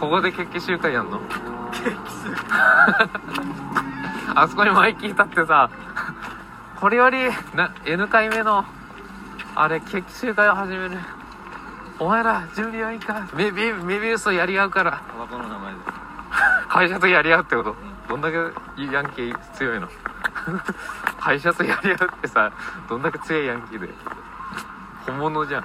ここで決起集会やんのあそこにマイキー立ってさこれよりな N 回目のあれ決起集会を始めるお前ら準備はいいかメビメビウスをやり合うからタバコの名前です会社とやり合うってことんどんだけヤンキー強いの会社とやり合うってさどんだけ強いヤンキーで本物じゃん